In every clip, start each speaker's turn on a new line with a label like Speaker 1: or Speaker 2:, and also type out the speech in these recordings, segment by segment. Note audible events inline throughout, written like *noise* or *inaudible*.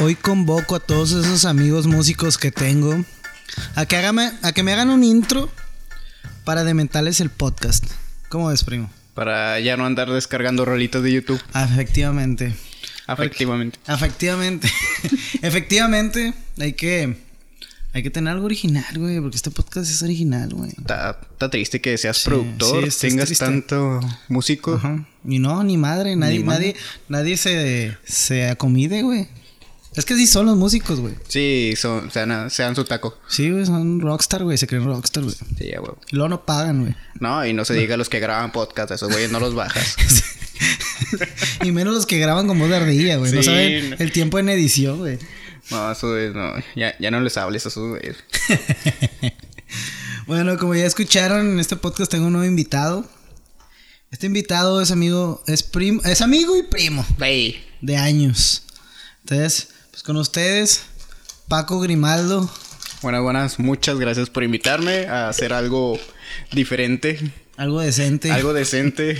Speaker 1: Hoy convoco a todos esos amigos músicos que tengo a que, hágame, a que me hagan un intro para Dementales el podcast. ¿Cómo ves, primo?
Speaker 2: Para ya no andar descargando rolitos de YouTube.
Speaker 1: Efectivamente.
Speaker 2: Afectivamente.
Speaker 1: Efectivamente. *laughs* Efectivamente, hay que, hay que tener algo original, güey, porque este podcast es original, güey.
Speaker 2: Está, está triste que seas
Speaker 1: Sí, sí,
Speaker 2: productor,
Speaker 1: estás
Speaker 2: tengas
Speaker 1: triste.
Speaker 2: tanto músico.
Speaker 1: Ajá. Y no, ni madre, nadie,
Speaker 2: Ni madre.
Speaker 1: nadie, nadie se, se acomide, güey. Es que sí son los músicos, güey.
Speaker 2: Sí, son, se, dan, se dan su taco.
Speaker 1: Sí, güey, son rockstar, güey, se creen rockstar, güey.
Speaker 2: Sí, ya, huevo.
Speaker 1: Y luego no pagan, güey.
Speaker 2: No, y no se diga a los que graban podcast, a esos güeyes no los bajas.
Speaker 1: *laughs* y menos los que graban con voz de ardilla, güey. No
Speaker 2: Sí,
Speaker 1: saben
Speaker 2: no.
Speaker 1: el tiempo en edición, güey.
Speaker 2: No, a esos güeyes no. Ya, ya no les hables a esos güeyes.
Speaker 1: Bueno, como ya escucharon, en este podcast tengo un nuevo invitado. Este invitado es amigo, es primo, es amigo y primo
Speaker 2: Güey.
Speaker 1: de años. Entonces, pues con ustedes, Paco Grimaldo.
Speaker 2: Buenas, buenas. Muchas gracias por invitarme a hacer algo diferente,
Speaker 1: Algo decente.
Speaker 2: algo decente.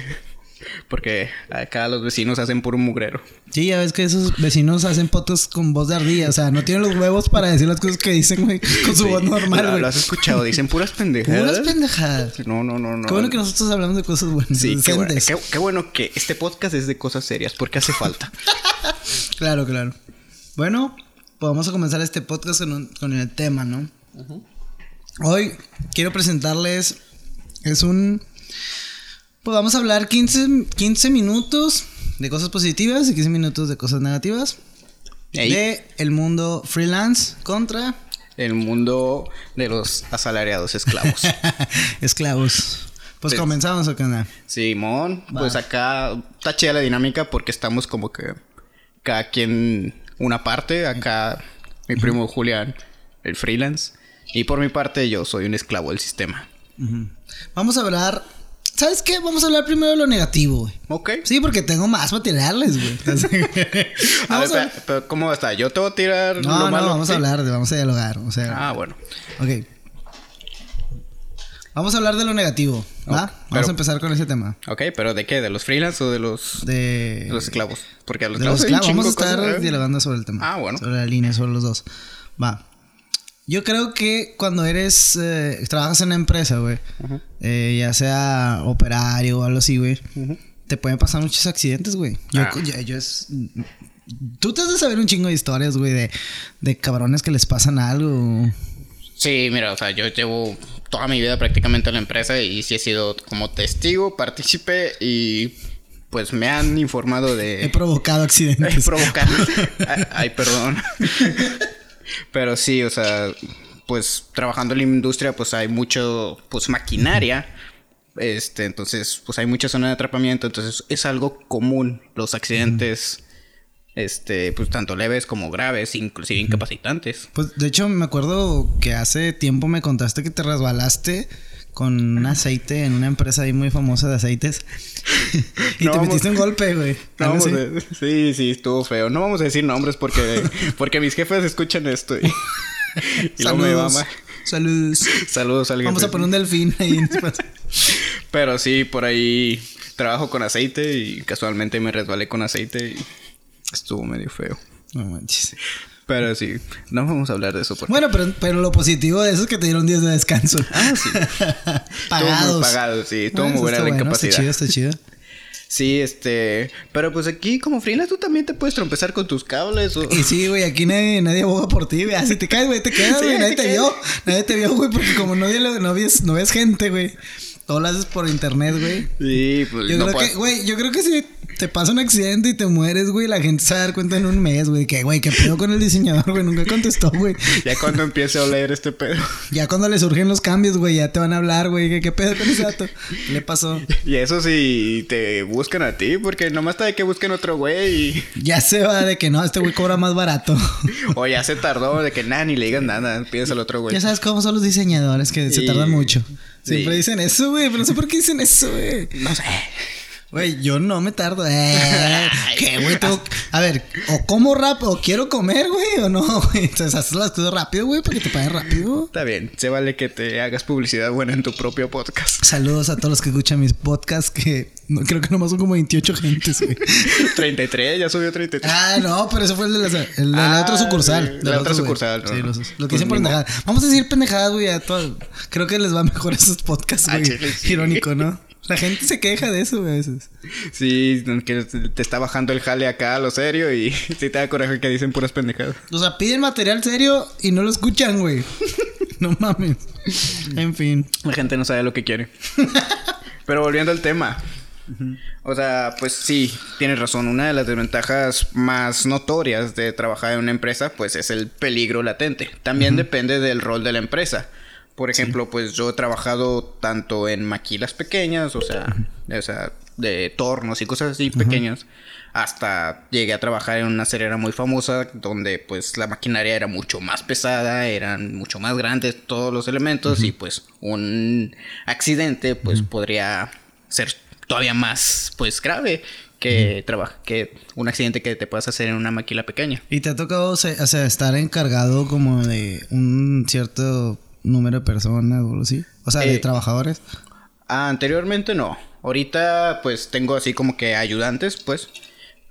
Speaker 2: Porque acá los vecinos hacen puro mugrero.
Speaker 1: Sí, ya ves que esos vecinos hacen fotos con voz de ardilla. O sea, no tienen los huevos para decir las cosas que dicen, güey. Con su
Speaker 2: Sí.
Speaker 1: voz normal,
Speaker 2: Lo-
Speaker 1: güey.
Speaker 2: Lo has escuchado, dicen puras
Speaker 1: *laughs*
Speaker 2: pendejadas.
Speaker 1: Puras pendejadas.
Speaker 2: No, no, no, no.
Speaker 1: Qué bueno que nosotros hablamos de cosas buenas.
Speaker 2: Sí, qué bueno,
Speaker 1: decentes.
Speaker 2: qué- qué bueno que este podcast es de cosas serias, porque hace falta.
Speaker 1: Claro, claro. Bueno, pues vamos a comenzar este podcast con, un- con el tema, ¿no? Hoy quiero presentarles, es un... Pues vamos a hablar 15, 15 minutos de cosas positivas y 15 minutos de cosas negativas.
Speaker 2: Ey.
Speaker 1: De el mundo freelance contra
Speaker 2: El mundo de los
Speaker 1: *laughs*
Speaker 2: asalariados esclavos.
Speaker 1: esclavos. Pues
Speaker 2: Sí.
Speaker 1: comenzamos el canal.
Speaker 2: Simón,
Speaker 1: Va.
Speaker 2: pues acá está chida la dinámica porque estamos como que cada quien una parte. Acá mi primo Julián, el freelance. Y por mi parte, yo soy un esclavo del sistema.
Speaker 1: Vamos a hablar... ¿Sabes qué? Vamos a hablar primero de lo negativo, güey.
Speaker 2: Ok.
Speaker 1: Sí, porque tengo más para tirarles,
Speaker 2: *laughs*
Speaker 1: güey. Así que-
Speaker 2: A ver,
Speaker 1: *laughs* Vamos a-
Speaker 2: pero- pero ¿cómo está? Yo te voy a tirar.
Speaker 1: No,
Speaker 2: lo
Speaker 1: no,
Speaker 2: malo?
Speaker 1: vamos
Speaker 2: Sí.
Speaker 1: a hablar, de- vamos a dialogar. O sea,
Speaker 2: Ah, bueno.
Speaker 1: ok. Vamos a hablar de lo negativo, ¿va?
Speaker 2: Ok,
Speaker 1: vamos
Speaker 2: pero-
Speaker 1: a empezar con ese tema.
Speaker 2: Ok, pero ¿de qué? ¿De los freelance o de los,
Speaker 1: De,
Speaker 2: de los esclavos? Porque a los
Speaker 1: Eh, de los
Speaker 2: esclavos. hay un
Speaker 1: esclavos. Vamos a
Speaker 2: chingo
Speaker 1: estar
Speaker 2: cosas, ¿eh?
Speaker 1: dialogando sobre el tema.
Speaker 2: Ah, bueno.
Speaker 1: Sobre la línea, sobre los dos. Va. Yo creo que cuando eres. eh, trabajas en una empresa, güey. eh, ya sea operario o algo así, güey. Te pueden pasar muchos accidentes, güey. Yo,
Speaker 2: Ah.
Speaker 1: yo- yo es. Tú te has de saber un chingo de historias, güey, de, de cabrones que les pasan algo.
Speaker 2: Sí, mira, o sea, yo llevo toda mi vida prácticamente en la empresa y sí he sido como testigo, partícipe y pues me han informado
Speaker 1: He
Speaker 2: de
Speaker 1: provocado accidentes.
Speaker 2: de provocar. *laughs* Ay, ay, perdón. *laughs* Pero sí, o sea, pues trabajando en la industria pues hay mucho pues maquinaria. Este, entonces, pues hay mucha zona de atrapamiento, entonces es algo común los accidentes este, pues tanto leves como graves, inclusive incapacitantes.
Speaker 1: Pues de hecho me acuerdo que hace tiempo me contaste que te resbalaste con un aceite en una empresa ahí muy famosa de aceites. *laughs* y
Speaker 2: No,
Speaker 1: te
Speaker 2: vamos-
Speaker 1: metiste un golpe, güey.
Speaker 2: No
Speaker 1: Algo
Speaker 2: vamos
Speaker 1: así.
Speaker 2: a- sí, sí, estuvo feo. No vamos a decir
Speaker 1: *laughs*
Speaker 2: nombres porque, porque mis jefes escuchan esto y, y luego me
Speaker 1: Saludos.
Speaker 2: mama.
Speaker 1: Saludos.
Speaker 2: Saludos a *laughs* alguien.
Speaker 1: Vamos a poner un delfín ahí. en-
Speaker 2: *laughs* Pero sí, por ahí trabajo con aceite y casualmente me resbalé con aceite y estuvo medio feo.
Speaker 1: no manches.
Speaker 2: Pero sí, no vamos a hablar de eso porque
Speaker 1: Bueno, pero, pero lo positivo de eso es que te dieron días de descanso.
Speaker 2: Ah,
Speaker 1: *laughs*
Speaker 2: sí. Estuvo
Speaker 1: Pagados.
Speaker 2: muy pagado, sí, estuvo
Speaker 1: Bueno,
Speaker 2: muy
Speaker 1: eso
Speaker 2: buena
Speaker 1: está
Speaker 2: la
Speaker 1: bueno,
Speaker 2: incapacidad.
Speaker 1: Está chido, está
Speaker 2: Sí, este, pero pues aquí como freelance tú también te puedes trompezar con tus cables o
Speaker 1: *laughs* chido. Y sí, güey, aquí nadie, nadie aboga por ti, güey. Ah, Si te caes, güey, te quedas,
Speaker 2: Sí,
Speaker 1: güey.
Speaker 2: ahí
Speaker 1: nadie
Speaker 2: te
Speaker 1: te
Speaker 2: quedas.
Speaker 1: vio. Nadie te vio, güey, porque como no, vi- no, ves, no ves gente, güey. Todo lo haces por internet, güey.
Speaker 2: Sí, pues
Speaker 1: Yo
Speaker 2: no
Speaker 1: creo
Speaker 2: puedes-
Speaker 1: que, güey, yo creo que si te pasa un accidente y te mueres, güey, la gente se va a dar cuenta en un mes, güey, que, güey, que pedo con el diseñador, güey, nunca contestó, güey.
Speaker 2: Ya cuando empiece a oler este pedo.
Speaker 1: Ya cuando le surgen los cambios, güey, ya te van a hablar, güey, que qué pedo con ese dato. ¿Qué le pasó?
Speaker 2: Y eso sí te buscan a ti, porque nomás está de que busquen otro güey y...
Speaker 1: Ya se va de que no, este güey cobra más barato.
Speaker 2: O ya se tardó, de que nada, ni le digan nada, pides al otro güey.
Speaker 1: Ya sabes cómo son los diseñadores, que se
Speaker 2: Sí.
Speaker 1: tardan mucho. Siempre
Speaker 2: Sí.
Speaker 1: dicen eso, güey, pero no sé por qué dicen eso, güey.
Speaker 2: No sé.
Speaker 1: Güey, yo no me tardo. Eh, ¿Qué, güey? qué tengo- A ver, o como rápido, o quiero comer, güey, o no, güey. Entonces haces las cosas rápido, güey, para que te paguen rápido.
Speaker 2: Está bien, se vale que te hagas publicidad buena en tu propio podcast.
Speaker 1: Saludos a todos los que escuchan mis podcasts, que no, creo que nomás son como 28 gentes, güey.
Speaker 2: *laughs* 33, ya subió 33.
Speaker 1: Ah, no, pero eso fue el de la, el de la
Speaker 2: Ah,
Speaker 1: otra sucursal.
Speaker 2: la
Speaker 1: de los
Speaker 2: otra
Speaker 1: otros, güey.
Speaker 2: sucursal,
Speaker 1: Sí,
Speaker 2: ¿no?
Speaker 1: los- lo
Speaker 2: Pues
Speaker 1: que dicen
Speaker 2: ni modo.
Speaker 1: pendejadas. Vamos a decir pendejadas, güey, a todo. Creo que les va mejor esos podcasts,
Speaker 2: Ah,
Speaker 1: güey.
Speaker 2: chile, sí.
Speaker 1: Irónico, ¿no? La gente se queja de eso, güey, a veces.
Speaker 2: Sí, que te está bajando el jale acá a lo serio y *laughs* sí te da coraje que dicen puras pendejadas.
Speaker 1: O sea, piden material serio y no lo escuchan, güey. *laughs* no mames. En fin.
Speaker 2: La gente no sabe lo que quiere. *laughs* Pero volviendo al tema. O sea, pues sí, tienes razón. Una de las desventajas más notorias de trabajar en una empresa, pues es el peligro latente. También depende del rol de la empresa. Por ejemplo, pues yo he trabajado tanto en maquilas pequeñas, o sea, o sea, de tornos y cosas así pequeñas, hasta llegué a trabajar en una cerera muy famosa donde pues la maquinaria era mucho más pesada, eran mucho más grandes todos los elementos y pues un accidente pues podría ser todavía más pues grave que trabaja que un accidente que te puedas hacer en una maquila pequeña.
Speaker 1: ¿Y te ha tocado o sea, o sea, estar encargado como de un cierto número de personas o algo así? O sea, de
Speaker 2: Eh,
Speaker 1: trabajadores.
Speaker 2: Ah, anteriormente no. Ahorita pues tengo así como que ayudantes, pues.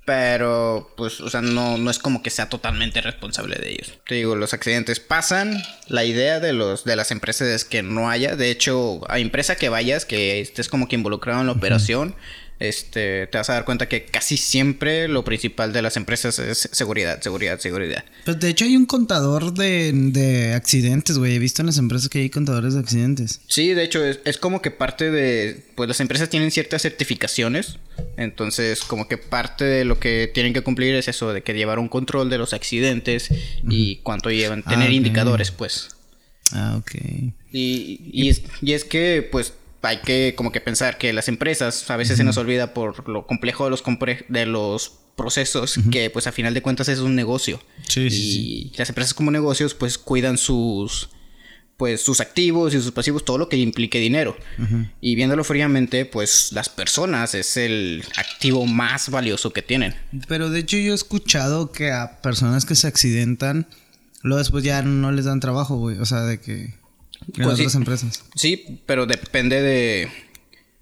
Speaker 2: Pero pues, o sea, no, no es como que sea totalmente responsable de ellos. Te digo, los accidentes pasan. La idea de los de las empresas es que no haya. De hecho, a empresa que vayas, que estés como que involucrado en la operación, este, te vas a dar cuenta que casi siempre lo principal de las empresas es seguridad, seguridad, seguridad.
Speaker 1: Pues de hecho hay un contador de, de accidentes, güey. He visto en las empresas que hay contadores de accidentes.
Speaker 2: Sí, de hecho, es, es como que parte de. Pues las empresas tienen ciertas certificaciones. Entonces, como que parte de lo que tienen que cumplir es eso, de que llevar un control de los accidentes y cuánto llevan,
Speaker 1: Ah,
Speaker 2: tener
Speaker 1: ok.
Speaker 2: indicadores, pues.
Speaker 1: Ah, ok.
Speaker 2: Y, y, es, y es que, pues, hay que como que pensar que las empresas a veces se nos olvida por lo complejo de los, compre- de los procesos, que pues a final de cuentas es un negocio.
Speaker 1: Sí,
Speaker 2: y
Speaker 1: sí,
Speaker 2: las empresas como negocios, pues, cuidan sus pues sus activos y sus pasivos, todo lo que implique dinero. Y viéndolo fríamente, pues las personas es el activo más valioso que tienen.
Speaker 1: Pero de hecho yo he escuchado que a personas que se accidentan, luego después ya no les dan trabajo, güey. O sea, de que... En
Speaker 2: Pues sí.
Speaker 1: otras empresas.
Speaker 2: Sí, pero depende de,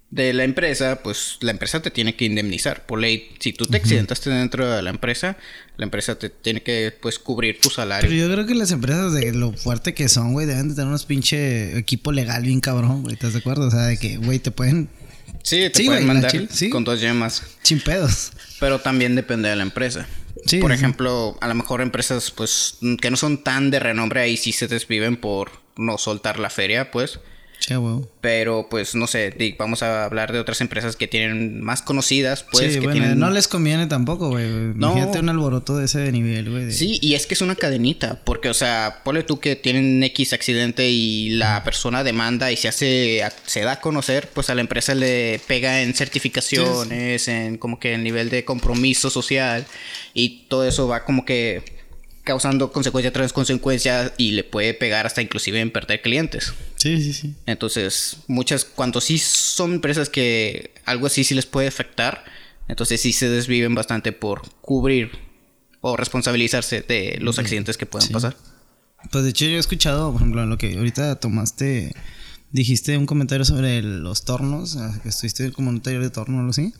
Speaker 2: de la empresa, pues la empresa te tiene que indemnizar. Por ley, si tú te accidentaste dentro de la empresa, la empresa te tiene que pues cubrir tu
Speaker 1: Pero
Speaker 2: salario.
Speaker 1: yo creo que las empresas de lo fuerte que son, güey, deben de tener unos pinche equipo legal bien cabrón, güey. ¿Estás de acuerdo? O sea, de que, güey, te pueden...
Speaker 2: Sí, te
Speaker 1: Sí,
Speaker 2: pueden
Speaker 1: güey, la
Speaker 2: mandar
Speaker 1: chil- sí.
Speaker 2: con dos yemas.
Speaker 1: Sin pedos.
Speaker 2: Pero también depende de la empresa.
Speaker 1: Sí,
Speaker 2: por
Speaker 1: sí.
Speaker 2: ejemplo, a lo mejor empresas pues que no son tan de renombre ahí sí se desviven por no soltar la feria, pues.
Speaker 1: Che, güey.
Speaker 2: Pero pues no sé, di- vamos a hablar de otras empresas que tienen más conocidas, pues
Speaker 1: sí,
Speaker 2: que
Speaker 1: bueno,
Speaker 2: tienen
Speaker 1: no les conviene tampoco, güey.
Speaker 2: No.
Speaker 1: Imagínate un alboroto de ese nivel, güey. de-
Speaker 2: Sí, y es que es una cadenita, porque, o sea, ponle tú que tienen X accidente y la persona demanda y se hace, se da a conocer, pues a la empresa le pega en certificaciones, en como que en nivel de compromiso social, y todo eso va como que causando consecuencia tras consecuencia y le puede pegar hasta inclusive en perder clientes.
Speaker 1: sí, sí, sí.
Speaker 2: Entonces, muchas, cuando sí son empresas que algo así sí les puede afectar, entonces sí se desviven bastante por cubrir o responsabilizarse de los accidentes que puedan pasar.
Speaker 1: Pues de hecho yo he escuchado, por ejemplo, en lo que ahorita tomaste, dijiste un comentario sobre el- los tornos, ah, que estuviste como en un taller de torno o algo así.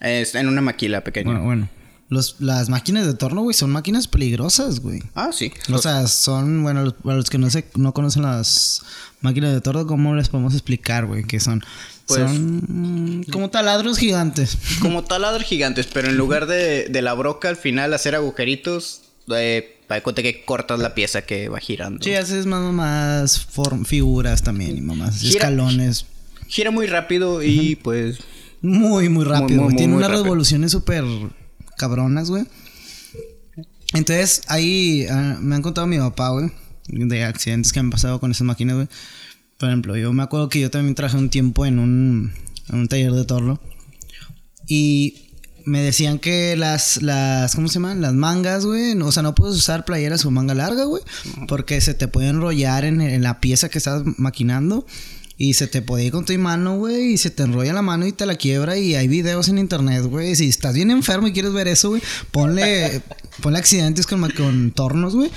Speaker 2: Es en una maquila pequeña.
Speaker 1: Bueno, bueno. Los, las máquinas de torno, güey, son máquinas peligrosas, güey.
Speaker 2: ah, sí.
Speaker 1: O sea, son, bueno, los- para los que no, se, no conocen las máquinas de torno, ¿cómo les podemos explicar, güey? Que son,
Speaker 2: Pues-
Speaker 1: son mm, como taladros gigantes.
Speaker 2: *laughs* Como taladros gigantes, pero en lugar de, de la broca al final hacer agujeritos, eh, da cuenta que cortas la pieza que va girando.
Speaker 1: Sí, haces más mamás, form- figuras también y mamás,
Speaker 2: Gira-
Speaker 1: escalones.
Speaker 2: Gira muy rápido y pues...
Speaker 1: Muy, muy rápido.
Speaker 2: Muy, muy,
Speaker 1: güey.
Speaker 2: muy,
Speaker 1: Tiene
Speaker 2: muy
Speaker 1: unas
Speaker 2: rápido.
Speaker 1: revoluciones súper cabronas, güey. Entonces, ahí ah, me han contado mi papá, güey, de accidentes que han pasado con esas máquinas, güey. Por ejemplo, yo me acuerdo que yo también traje un tiempo en un, en un taller de torno. Y me decían que las, las, ¿cómo se llaman? Las mangas, güey. no- O sea, no puedes usar playeras o manga larga, güey. Porque se te puede enrollar en, en la pieza que estás maquinando. Y se te podía ir con tu mano, güey, y se te enrolla la mano y te la quiebra. Y hay videos en internet, güey. Si estás bien enfermo y quieres ver eso, güey, ponle, ponle accidentes con, ma- con tornos, güey.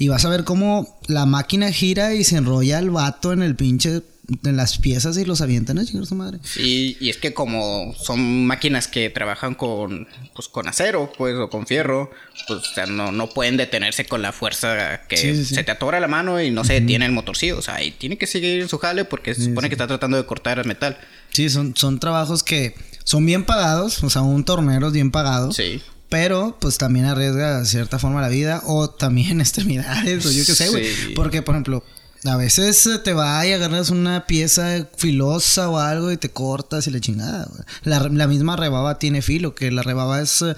Speaker 1: Y vas a ver cómo la máquina gira y se enrolla el vato en el pinche. En las piezas y los avientan a chingar su madre.
Speaker 2: Y, y es que como son máquinas que trabajan con, pues, con acero, pues, o con fierro, pues, o sea, no, no pueden detenerse con la fuerza que
Speaker 1: Sí, sí, sí.
Speaker 2: se te atora la mano y no se detiene el motorcillo. O sea, ahí tiene que seguir en su jale porque se supone que está tratando de cortar el metal.
Speaker 1: Sí, son, son trabajos que son bien pagados, o sea, un tornero es bien pagado.
Speaker 2: Sí.
Speaker 1: Pero, pues también arriesga de cierta forma la vida o también *laughs* extremidades o yo qué sé, güey.
Speaker 2: Sí.
Speaker 1: Porque, por ejemplo, a veces eh, te va y agarras una pieza filosa o algo y te cortas y la chingada, güey. La, re- la misma rebaba tiene filo, que la rebaba es eh,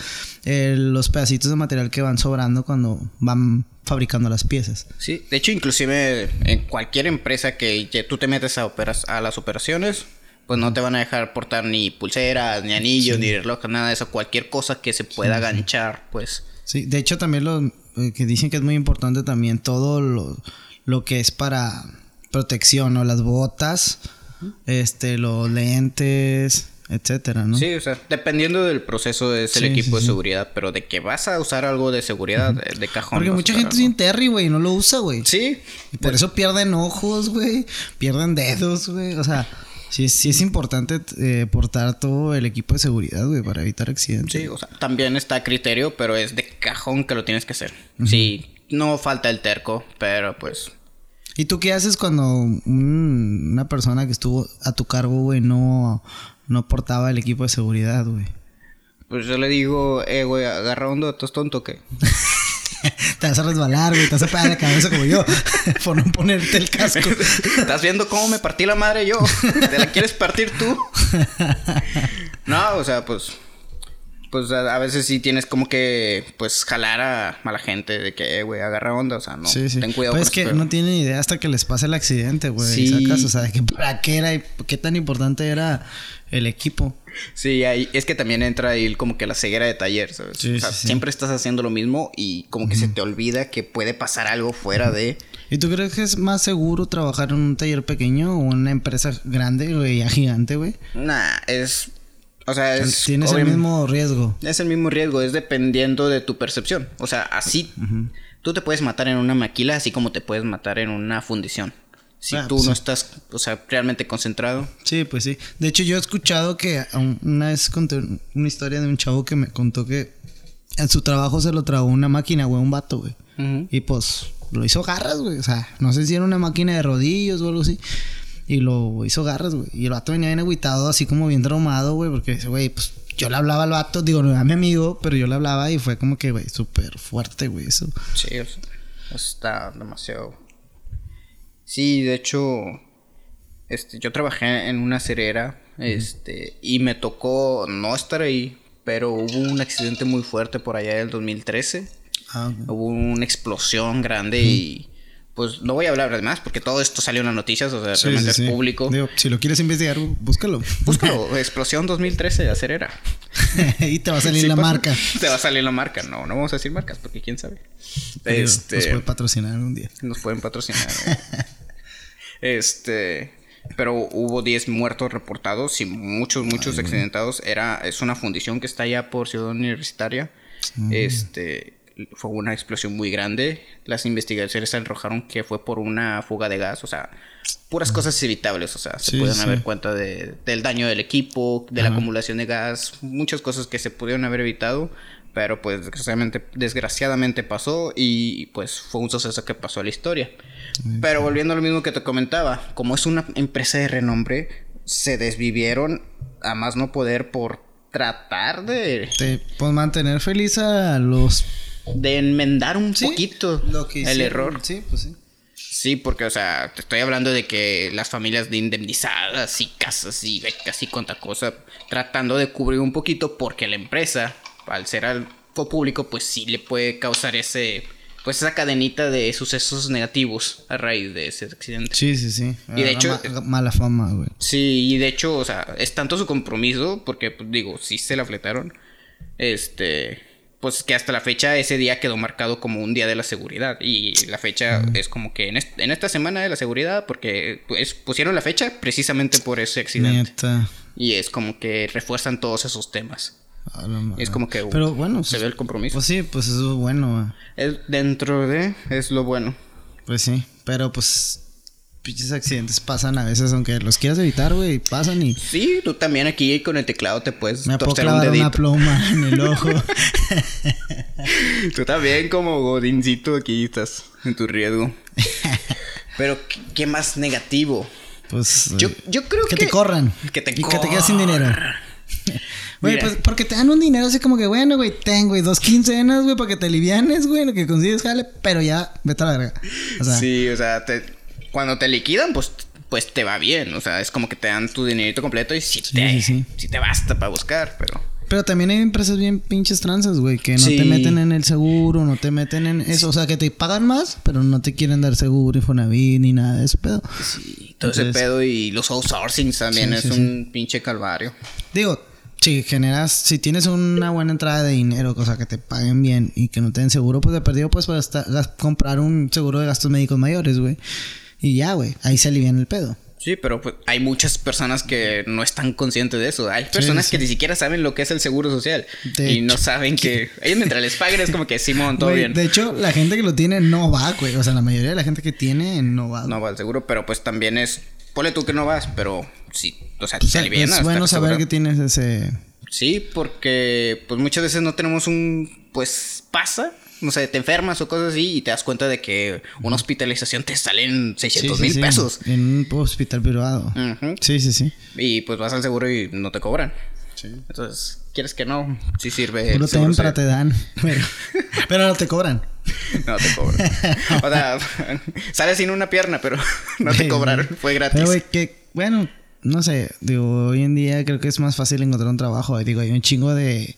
Speaker 1: eh, los pedacitos de material que van sobrando cuando van fabricando las piezas.
Speaker 2: Sí, de hecho, inclusive en cualquier empresa que ya tú te metes a, operas- a las operaciones, pues no te van a dejar portar ni pulseras, ni anillos, ni reloj, nada de eso. Cualquier cosa que se pueda ganchar, pues.
Speaker 1: Sí, de hecho también lo eh, que dicen que es muy importante también todo lo, lo que es para protección, ¿no? Las botas, este, los lentes, etcétera, ¿no?
Speaker 2: Sí, o sea, dependiendo del proceso es el
Speaker 1: Sí,
Speaker 2: equipo
Speaker 1: sí,
Speaker 2: de
Speaker 1: sí.
Speaker 2: seguridad, pero de que vas a usar algo de seguridad eh, de cajón.
Speaker 1: Porque
Speaker 2: vas a
Speaker 1: mucha
Speaker 2: usar
Speaker 1: gente es
Speaker 2: algo.
Speaker 1: bien terry, güey, no lo usa, güey.
Speaker 2: Sí,
Speaker 1: Y por eso pierden ojos, güey, pierden dedos, güey. O sea, sí, es- sí es importante eh, portar todo el equipo de seguridad, güey, para evitar accidentes.
Speaker 2: sí, o sea, también está a criterio, pero es de cajón que lo tienes que hacer. Sí, no falta el terco, pero pues...
Speaker 1: ¿Y tú qué haces cuando un- una persona que estuvo a tu cargo, güey, no, no portaba el equipo de seguridad, güey?
Speaker 2: Pues yo le digo, eh, güey, agarra hondo, tú es tonto que...
Speaker 1: Te vas a resbalar, güey, te vas a pegar la cabeza como yo *laughs* por no ponerte el casco.
Speaker 2: ¿Estás viendo cómo me partí la madre yo? ¿Te la quieres partir tú? No, o sea, pues... Pues a, a veces sí tienes como que, pues, jalar a, a la gente de que, eh, güey, agarra onda, o sea, *laughs* no,
Speaker 1: sí, sí.
Speaker 2: ten
Speaker 1: Pero
Speaker 2: cuidado con
Speaker 1: Pues es
Speaker 2: eso,
Speaker 1: que
Speaker 2: pero-
Speaker 1: no tienen idea hasta que les pase el accidente, güey.
Speaker 2: Sí.
Speaker 1: Sacas, o sea, de que para qué era y qué tan importante era el equipo.
Speaker 2: Sí, ahí- es que también entra ahí como que la ceguera de taller, ¿sabes?
Speaker 1: Sí,
Speaker 2: o sea,
Speaker 1: sí, sí.
Speaker 2: siempre estás haciendo lo mismo y como que se te olvida que puede pasar algo fuera de...
Speaker 1: ¿Y tú crees que es más seguro trabajar en un taller pequeño o una empresa grande, güey, ya gigante, güey?
Speaker 2: Nah, es... O sea, es...
Speaker 1: Tienes el
Speaker 2: obviamente-
Speaker 1: mismo riesgo.
Speaker 2: Es el mismo riesgo, es dependiendo de tu percepción. O sea, así... Tú te puedes matar en una maquila así como te puedes matar en una fundición. Si
Speaker 1: Ah,
Speaker 2: tú
Speaker 1: pues
Speaker 2: no
Speaker 1: sí.
Speaker 2: estás, o sea, realmente concentrado.
Speaker 1: Sí, pues sí. De hecho, yo he escuchado que um, una vez conté un- una historia de un chavo que me contó que en su trabajo se lo tragó una máquina, güey, un vato, güey. Y pues lo hizo garras, güey. O sea, no sé si era una máquina de rodillos o algo así. Y lo hizo garras, güey. Y el vato venía bien agüitado, así como bien traumado, güey. Porque dice, güey, pues yo le hablaba al vato, digo, no era mi amigo, pero yo le hablaba y fue como que, güey, súper fuerte, güey, eso.
Speaker 2: Sí, o sea, está demasiado. Sí, de hecho, este, yo trabajé en una cerera, este, y me tocó no estar ahí, pero hubo un accidente muy fuerte por allá del 2013.
Speaker 1: Ah, güey.
Speaker 2: Hubo una explosión grande y, pues, no voy a hablar de más porque todo esto salió en las noticias, o sea,
Speaker 1: Sí,
Speaker 2: realmente
Speaker 1: sí,
Speaker 2: es
Speaker 1: sí.
Speaker 2: público.
Speaker 1: Digo, si lo quieres investigar, bú- búscalo.
Speaker 2: Búscalo, explosión 2013 de cerera.
Speaker 1: *laughs* y te va a salir
Speaker 2: Sí,
Speaker 1: la
Speaker 2: pues,
Speaker 1: marca.
Speaker 2: *laughs* Te va a salir la marca, no, no vamos a decir marcas porque quién sabe.
Speaker 1: Pero
Speaker 2: Este,
Speaker 1: Nos puede patrocinar un día.
Speaker 2: Nos pueden patrocinar. güey. este. Pero hubo 10 muertos reportados y muchos, muchos accidentados. Era, es una fundición que está allá por Ciudad Universitaria. Este. Fue una explosión muy grande. Las investigaciones arrojaron que fue por una fuga de gas. O sea, puras cosas evitables. O sea, se
Speaker 1: Sí,
Speaker 2: pudieron
Speaker 1: sí.
Speaker 2: haber cuenta de- del daño del equipo, de la acumulación de gas, muchas cosas que se pudieron haber evitado. Pero pues desgraciadamente, desgraciadamente pasó y pues fue un suceso que pasó a la historia. Pero volviendo a lo mismo que te comentaba, como es una empresa de renombre, se desvivieron a más no poder por tratar de,
Speaker 1: Te puedes mantener feliz a los.
Speaker 2: de enmendar un
Speaker 1: Sí,
Speaker 2: poquito
Speaker 1: lo que
Speaker 2: el
Speaker 1: hicieron.
Speaker 2: error.
Speaker 1: Sí, pues sí.
Speaker 2: Sí, porque, o sea, te estoy hablando de que las familias de indemnizadas y casas y becas y cuanta cosa, tratando de cubrir un poquito porque la empresa, al ser algo público, pues sí le puede causar ese, pues esa cadenita de sucesos negativos a raíz de ese accidente.
Speaker 1: Sí, sí, sí.
Speaker 2: Y de
Speaker 1: Ah,
Speaker 2: hecho-
Speaker 1: ma- mala fama, güey.
Speaker 2: Sí, y de hecho, o sea, es tanto su compromiso, porque, pues, digo, sí se la fletaron, este, pues que hasta la fecha ese día quedó marcado como un día de la seguridad y la fecha es como que en, est- en esta semana de la seguridad porque pues, pusieron la fecha precisamente por ese accidente
Speaker 1: Neta.
Speaker 2: y es como que refuerzan todos esos temas.
Speaker 1: A la madre.
Speaker 2: Es como que uh,
Speaker 1: Ah, Pero bueno,
Speaker 2: se
Speaker 1: pues-
Speaker 2: ve el compromiso.
Speaker 1: Pues sí, pues eso es bueno, güey.
Speaker 2: Es dentro de es lo bueno.
Speaker 1: Pues sí, pero pues pinches accidentes pasan a veces aunque los quieras evitar, güey, pasan y
Speaker 2: Sí, tú también aquí con el teclado te puedes
Speaker 1: me puedo
Speaker 2: torcer un
Speaker 1: clavar una
Speaker 2: dedito.
Speaker 1: pluma en
Speaker 2: *laughs*
Speaker 1: el ojo.
Speaker 2: Tú también como godincito aquí estás en tu riesgo. *laughs* Pero ¿qué- qué más negativo?
Speaker 1: Pues
Speaker 2: Yo,
Speaker 1: eh,
Speaker 2: yo creo que...
Speaker 1: que, te corran
Speaker 2: Que te
Speaker 1: y que te quedas sin dinero. Güey,
Speaker 2: Mira.
Speaker 1: pues porque te dan un dinero así como que, bueno, güey, ten, güey, dos quincenas, güey, para que te alivianes, güey, lo que consigues, jale, pero ya, vete a la verga. O sea,
Speaker 2: sí, o sea, te- cuando te liquidan, pues, pues te va bien. O sea, es como que te dan tu dinerito completo y si,
Speaker 1: Sí,
Speaker 2: te,
Speaker 1: sí, sí.
Speaker 2: sí te basta para buscar, pero...
Speaker 1: pero también hay empresas bien pinches tranzas, güey, que no
Speaker 2: Sí.
Speaker 1: te meten en el seguro, no te meten en eso, o sea, que te pagan más, pero no te quieren dar seguro, Infonavit, ni nada de ese pedo.
Speaker 2: Sí, todo ese
Speaker 1: Entonces-
Speaker 2: pedo y los outsourcings también
Speaker 1: Sí,
Speaker 2: es
Speaker 1: sí,
Speaker 2: un pinche calvario.
Speaker 1: Digo, si generas, si tienes una buena entrada de dinero, cosa que te paguen bien y que no te den seguro, pues de perdido pues para comprar un seguro de gastos médicos mayores, güey. Y ya, güey, ahí se alivian el pedo.
Speaker 2: Sí, pero pues, hay muchas personas que no están conscientes de eso. Hay personas
Speaker 1: sí.
Speaker 2: que ni siquiera saben lo que es el seguro social.
Speaker 1: De
Speaker 2: y no
Speaker 1: *laughs*
Speaker 2: saben que... Ellos mientras les paguen es como que Simón, todo
Speaker 1: Güey,
Speaker 2: bien.
Speaker 1: De hecho, la gente que lo tiene no va, güey. O sea, la mayoría de la gente que tiene no va.
Speaker 2: No va al seguro, pero pues también es... Ponle tú que no vas, pero sí, o sea,
Speaker 1: O sea,
Speaker 2: te alivianas,
Speaker 1: Pues, es bueno
Speaker 2: estás
Speaker 1: saber
Speaker 2: asegurado.
Speaker 1: que tienes ese...
Speaker 2: Sí, porque pues muchas veces no tenemos un, pues pasa, no sé, te enfermas o cosas así y te das cuenta de que una hospitalización te salen
Speaker 1: Sí,
Speaker 2: 600
Speaker 1: sí,
Speaker 2: mil
Speaker 1: sí,
Speaker 2: pesos. Mm.
Speaker 1: En un hospital privado.
Speaker 2: Ujú.
Speaker 1: Sí, sí, sí.
Speaker 2: Y pues vas al seguro y no te cobran. Entonces, ¿quieres que no? Sí sirve. el
Speaker 1: Puro
Speaker 2: Eh, seguro
Speaker 1: tempra te
Speaker 2: social. *laughs*
Speaker 1: dan. Pero, pero no te cobran.
Speaker 2: No te cobran.
Speaker 1: *laughs*
Speaker 2: O sea, *laughs* sales sin una pierna, pero *laughs* *laughs* no te cobraron. Fue gratis.
Speaker 1: Pero, güey, que, bueno, no sé. Digo, hoy en día creo que es más fácil encontrar un trabajo. eh, Digo, hay un chingo de,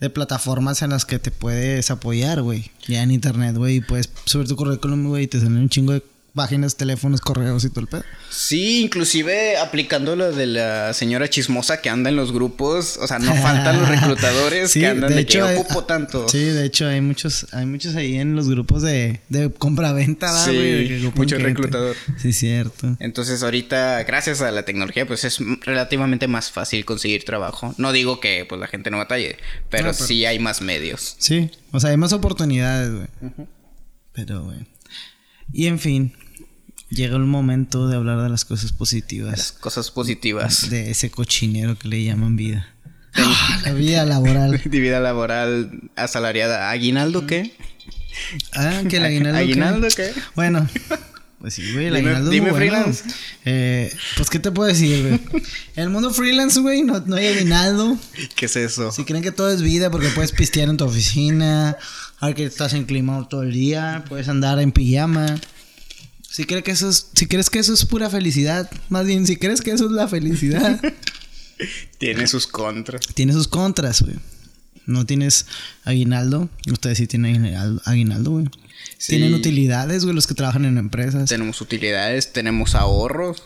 Speaker 1: de plataformas en las que te puedes apoyar, güey. Ya en internet, güey. y Puedes subir tu currículum, güey, y te salen un chingo de páginas, teléfonos, correos y todo el pedo.
Speaker 2: Sí, inclusive aplicando lo de la señora chismosa que anda en los grupos. O
Speaker 1: *laughs*
Speaker 2: sea, no faltan los reclutadores
Speaker 1: Sí,
Speaker 2: que andan de, que
Speaker 1: hay-
Speaker 2: ocupo tanto.
Speaker 1: Sí, de hecho, hay muchos, hay muchos ahí en los grupos de, de compra-venta, ¿verdad,
Speaker 2: Sí,
Speaker 1: güey? De que ocupan
Speaker 2: mucho
Speaker 1: gente.
Speaker 2: reclutador.
Speaker 1: Sí, cierto.
Speaker 2: Entonces ahorita, gracias a la tecnología, pues es m- relativamente más fácil conseguir trabajo. No digo que pues la gente no batalle, pero,
Speaker 1: No, pero-
Speaker 2: sí hay más medios.
Speaker 1: Sí, o sea, hay más oportunidades, güey. Pero, güey. Y en fin, llegó el momento de hablar de las cosas
Speaker 2: Las
Speaker 1: positivas
Speaker 2: cosas positivas.
Speaker 1: de ese cochinero que le llaman vida. Ah, La vida
Speaker 2: *laughs*
Speaker 1: laboral.
Speaker 2: De vida laboral asalariada. ¿Aguinaldo qué?
Speaker 1: Ah, que el aguinaldo. qué?
Speaker 2: ¿Aguinaldo
Speaker 1: *laughs*
Speaker 2: qué?
Speaker 1: Bueno, pues sí, güey, el
Speaker 2: Dime-
Speaker 1: aguinaldo. es
Speaker 2: dime
Speaker 1: muy bueno.
Speaker 2: freelance.
Speaker 1: Eh, pues, ¿qué te puedo decir, güey? El mundo freelance, güey, no, no hay aguinaldo.
Speaker 2: ¿Qué es eso?
Speaker 1: Si creen que todo es vida porque puedes pistear en tu oficina, ahora que estás enclimado todo el día, puedes andar en pijama. Si crees que eso es, si crees que eso es pura felicidad, más bien si crees que eso es la
Speaker 2: *laughs*
Speaker 1: felicidad,
Speaker 2: Tiene sus contras.
Speaker 1: tiene sus contras, güey. No tienes aguinaldo, ustedes sí tienen aguinaldo- aguinaldo, güey.
Speaker 2: Sí.
Speaker 1: Tienen utilidades, güey, los que trabajan en empresas.
Speaker 2: Tenemos utilidades, tenemos ahorros.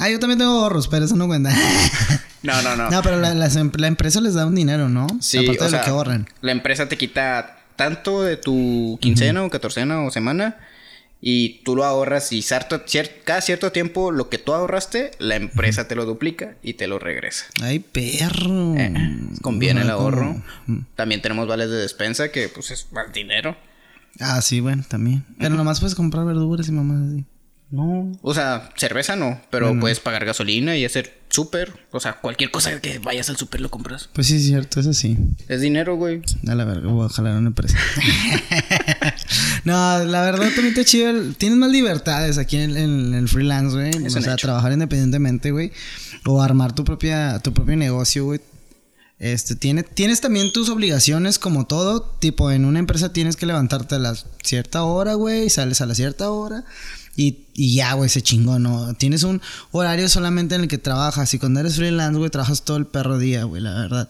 Speaker 1: Ah, yo también tengo ahorros, pero eso no
Speaker 2: *laughs*
Speaker 1: cuenta.
Speaker 2: No, no, no.
Speaker 1: no, pero la, las em- la empresa les da un dinero, ¿no?
Speaker 2: Sí,
Speaker 1: Aparte
Speaker 2: o
Speaker 1: de
Speaker 2: sea,
Speaker 1: lo que ahorran.
Speaker 2: La empresa te quita tanto de tu quincena o catorcena o semana y tú lo ahorras y sarto- cier- cada cierto tiempo lo que tú ahorraste, la empresa te lo duplica y te lo regresa.
Speaker 1: Ay, perro.
Speaker 2: Eh, conviene el
Speaker 1: Ah, como-
Speaker 2: ahorro. También tenemos vales de despensa que pues es más dinero.
Speaker 1: Ah, sí, bueno, también. Pero nomás puedes comprar verduras y mamás así.
Speaker 2: No. O sea, cerveza no, pero puedes pagar gasolina y hacer súper. O sea, cualquier cosa que vayas al súper lo compras.
Speaker 1: Pues sí, es cierto, eso sí.
Speaker 2: Es dinero, güey.
Speaker 1: A la verga, voy a jalar una empresa. *laughs* no, la verdad también está chido. el- Tienes más libertades aquí en, en el freelance, güey. O
Speaker 2: Es un
Speaker 1: sea,
Speaker 2: hecho.
Speaker 1: trabajar independientemente, güey. O armar tu propia, tu propio negocio, güey. Este, tiene, tienes también tus obligaciones como todo. Tipo, en una empresa tienes que levantarte a la cierta hora, güey. y Sales a la cierta hora. Y, y ya, güey, se chingó, ¿no? Tienes un horario solamente en el que trabajas. Y cuando eres freelance, güey, trabajas todo el perro día, güey, la verdad.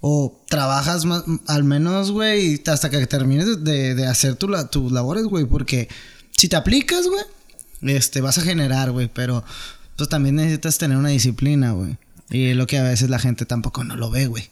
Speaker 1: O trabajas más, al menos, güey, hasta que termines de- de, de hacer tu la- tus labores, güey. Porque si te aplicas, güey, este, vas a generar, güey. Pero pues también necesitas tener una disciplina, güey. Y es lo que a veces la gente tampoco no lo ve, güey.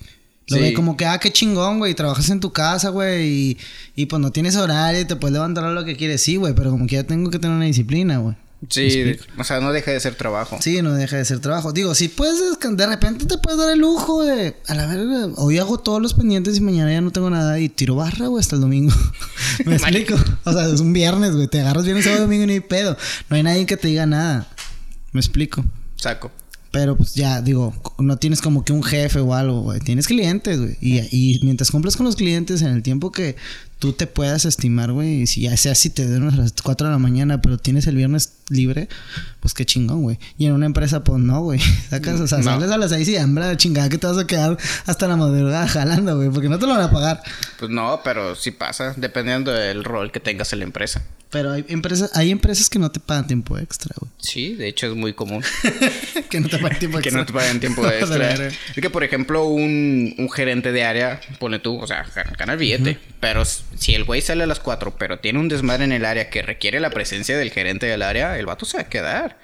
Speaker 1: Lo
Speaker 2: Sí.
Speaker 1: ve como que, ah, qué chingón, güey, trabajas en tu casa, güey, y, y pues no tienes horario y te puedes levantar a lo que quieres, sí, güey, pero como que ya tengo que tener una disciplina, güey.
Speaker 2: Sí, de- o sea, no deja de ser trabajo.
Speaker 1: Sí, no deja de ser trabajo. Digo, si puedes, descan- de repente te puedes dar el lujo de, a la verga, hoy hago todos los pendientes y mañana ya no tengo nada y tiro barra, güey, hasta el domingo. *laughs* Me explico. O sea, es un viernes, güey, te agarras viernes, sábado, domingo y ni pedo. No hay nadie que te diga nada. Me explico.
Speaker 2: Saco.
Speaker 1: Pero pues ya, digo, c- no tienes como que un jefe o algo, güey. Tienes clientes, güey. Y, y mientras cumplas con los clientes en el tiempo que tú te puedas estimar, güey. y Si ya sea si te den a las 4 de la mañana, pero tienes el viernes libre, pues qué chingón, güey. Y en una empresa, pues no, güey. *laughs* Sacas, o sea,
Speaker 2: No.
Speaker 1: sales a las 6 y hambra, chingada, que te vas a quedar hasta la madrugada *laughs* jalando, güey. Porque no te lo van a pagar.
Speaker 2: Pues no, pero sí pasa, dependiendo del rol que tengas en la empresa.
Speaker 1: Pero hay empresas, hay empresas que no te pagan tiempo extra, güey. *laughs*
Speaker 2: Sí, de hecho es muy común *laughs*
Speaker 1: que no te pagan tiempo
Speaker 2: que
Speaker 1: extra.
Speaker 2: Pues *laughs* no te
Speaker 1: *laughs*
Speaker 2: paguen tiempo
Speaker 1: Vas a
Speaker 2: extra.
Speaker 1: ver.
Speaker 2: Es que, por ejemplo, un, un gerente de área, pone tú, o sea, gana, gana el billete. Pero s- si el güey sale a las 4, pero tiene un desmadre en el área que requiere la presencia del gerente del área, el vato se va a quedar.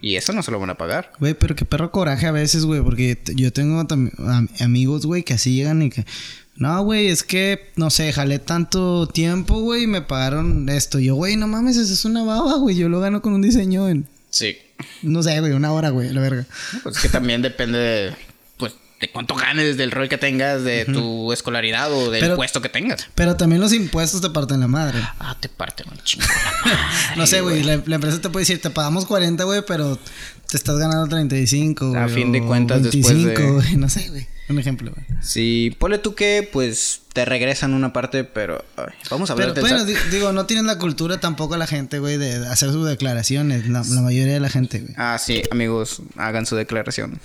Speaker 2: Y eso no se lo van a pagar.
Speaker 1: Güey, pero qué perro coraje a veces, güey, porque t- yo tengo tam- am- amigos, güey, que así llegan y que... No, güey, es que, no sé, jalé tanto tiempo, güey, y me pagaron esto. Yo, güey, no mames, eso es una baba, güey. Yo lo gano con un diseño en...
Speaker 2: Sí.
Speaker 1: No sé, güey, una hora, güey, la verga.
Speaker 2: Pues es que también depende de, pues, de cuánto ganes, del rol que tengas, de tu escolaridad o del
Speaker 1: Pero-
Speaker 2: puesto que tengas.
Speaker 1: Pero también los impuestos te parten la madre.
Speaker 2: Ah, te parte un chingo.
Speaker 1: *laughs* No sé, güey, la, la empresa te puede decir, te pagamos 40, güey, pero te estás ganando 35, güey.
Speaker 2: A fin de
Speaker 1: o
Speaker 2: cuentas, después de-
Speaker 1: 25, güey, no sé, güey. Un ejemplo, güey.
Speaker 2: Sí, ponle tú que, pues, te regresan una parte, pero... ay, vamos a hablar
Speaker 1: Pero
Speaker 2: del
Speaker 1: bueno,
Speaker 2: SAT.
Speaker 1: di- digo, no tienen la cultura tampoco la gente, güey, de hacer sus declaraciones, la, la mayoría de la gente, güey. *laughs*
Speaker 2: Ah, sí, amigos, hagan su declaración.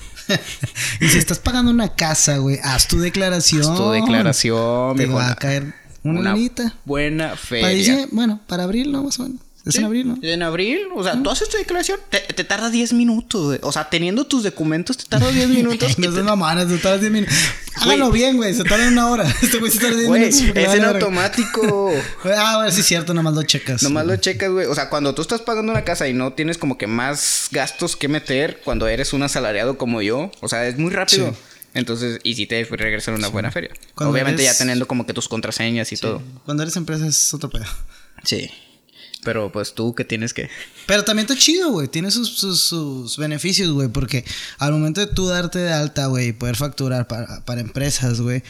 Speaker 1: y si estás pagando una casa, güey, haz tu declaración.
Speaker 2: Tu declaración,
Speaker 1: Te
Speaker 2: mijo,
Speaker 1: va
Speaker 2: una-
Speaker 1: a caer una, lanita.
Speaker 2: buena feria.
Speaker 1: Para dice, bueno, para abril, ¿no? Más o menos. Es en abril, ¿no?
Speaker 2: En abril, o sea, tú haces tu declaración, te, te tarda 10 minutos. güey. O sea, teniendo tus documentos, te
Speaker 1: *laughs*
Speaker 2: tarda 10 minutos.
Speaker 1: No seas mamada, se tarda 10 minutos.
Speaker 2: Güey.
Speaker 1: Háganlo bien, güey, se tarda una hora. *laughs* Este güey se tarda 10
Speaker 2: Güey,
Speaker 1: minutos.
Speaker 2: es
Speaker 1: porque le
Speaker 2: en
Speaker 1: vale verga.
Speaker 2: automático.
Speaker 1: Ah, bueno, sí es cierto, nomás lo checas.
Speaker 2: Nomás lo checas, güey. O sea, cuando tú estás pagando una casa y no tienes como que más gastos que meter cuando eres un asalariado como yo, o sea, es muy rápido.
Speaker 1: Sí.
Speaker 2: Entonces, y si te regresan una buena feria.
Speaker 1: Cuando
Speaker 2: Obviamente
Speaker 1: eres-
Speaker 2: ya teniendo como que tus contraseñas y todo.
Speaker 1: Cuando eres empresa es otro pedo.
Speaker 2: Sí. Pero pues tú que tienes que...
Speaker 1: Pero también está chido, güey. Tiene sus, sus, sus beneficios, güey. Porque al momento de tú darte de alta, güey, y poder facturar para, para empresas, güey,